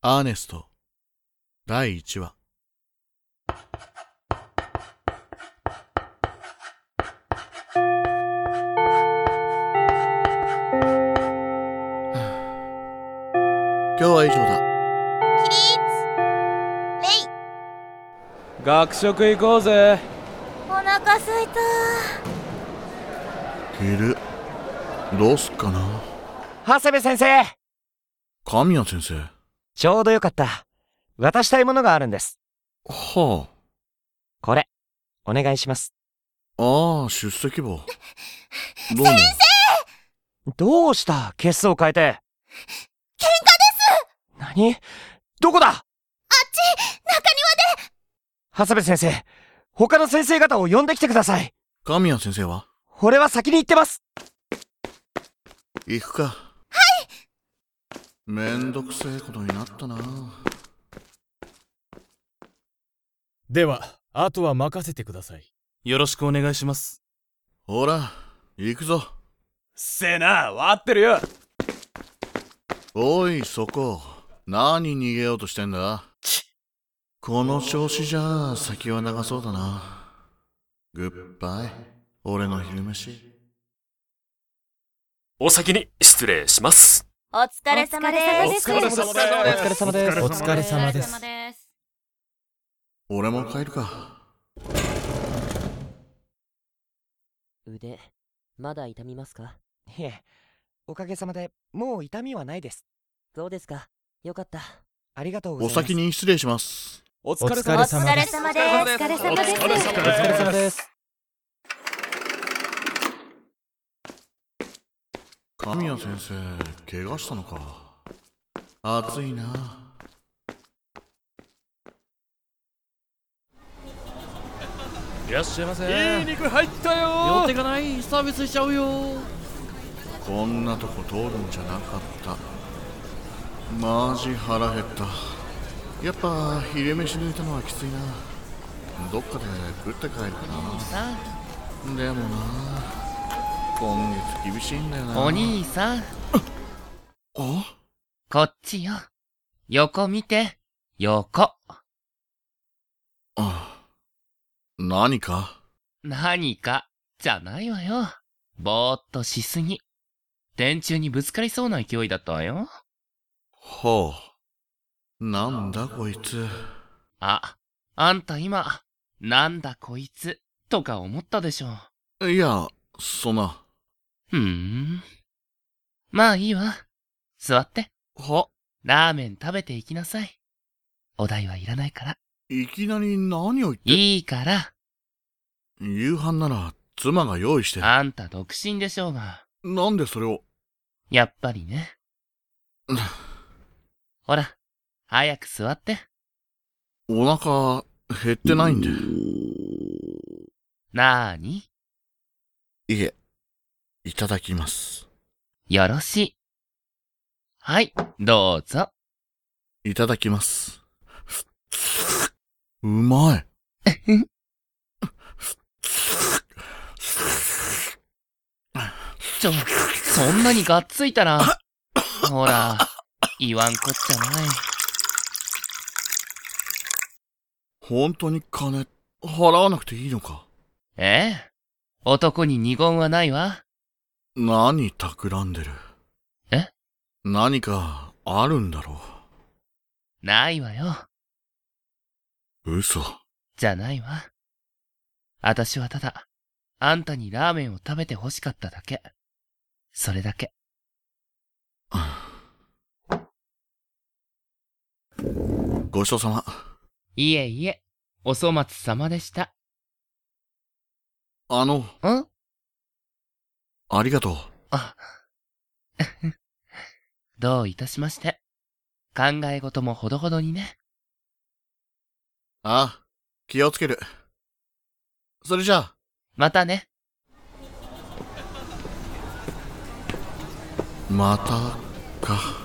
アーネスト第1話今日は以上だ起立レイ学食行こうぜお腹すいた昼どうすっかな長谷部先生神谷先生ちょうどよかった。渡したいものがあるんです。はこれ、お願いします。あああ出席簿どうもどうしたケースを変えて。喧嘩です何どこだあっち、中庭で長谷部先生、他の先生方を呼んできてください。神谷先生は俺は先に行ってます。行くかはいめんどくせえことになったなでは、あとは任せてください。よろしくお願いしますほら行くぞせえな割ってるよおいそこ何逃げようとしてんだこの調子じゃ先は長そうだなグッバイ俺の昼飯お先に失礼します。お疲れ様でおす疲れ様ですおお疲れ様ですお疲れ様です。です俺も帰るか腕、まだ痛みますかいえ、おかげさまで、もう痛みはないです。そうですか。よかった。ありがとうございおます。先。に失礼しますお疲れ様ですおお疲疲れ様れ様でですすお疲れ様ですお疲れ様ですお疲れ様です。神谷先生怪我したのか暑いなすいらっしゃいませいい肉入ったよ寄ってかないサービスしちゃうよこんなとこ通るんじゃなかったマジ腹減ったやっぱ昼飯抜いたのはきついなどっかで食って帰るかなでもな今月厳しいんだよなお兄さん、あこっちよ。横見て、横。あ何か何か、じゃないわよ。ぼーっとしすぎ。電柱にぶつかりそうな勢いだったわよ。ほうなんだこいつあ、あんた今、なんだこいつ、とか思ったでしょ。いやそんなうーん。まあいいわ。座って、はラーメン食べていきなさい。お代はいらないから。いきなり何を言っていいから、夕飯なら妻が用意してあんた独身でしょうが。なんでそれをやっぱりねうん。ほら、早く座って。お腹減ってないんでなーにいえ、いただきます。よろしい。はい、どうぞ。いただきます。うまい。ちょ、そんなにがっついたら。ほら、言わんこっちゃない。本当に金、払わなくていいのか。ええ。男に二言はないわ。何企んでる。え何か、あるんだろないわよ。う。嘘。じゃないわ。あたしはただ、あんたにラーメンを食べて欲しかっただけ。それだけ。ごちそうさま。いえいえ、お粗末様でした。あの、んありがとう。あ、 どういたしまして。考え事もほどほどにね。ああ、気をつける。それじゃあ、またね。またか。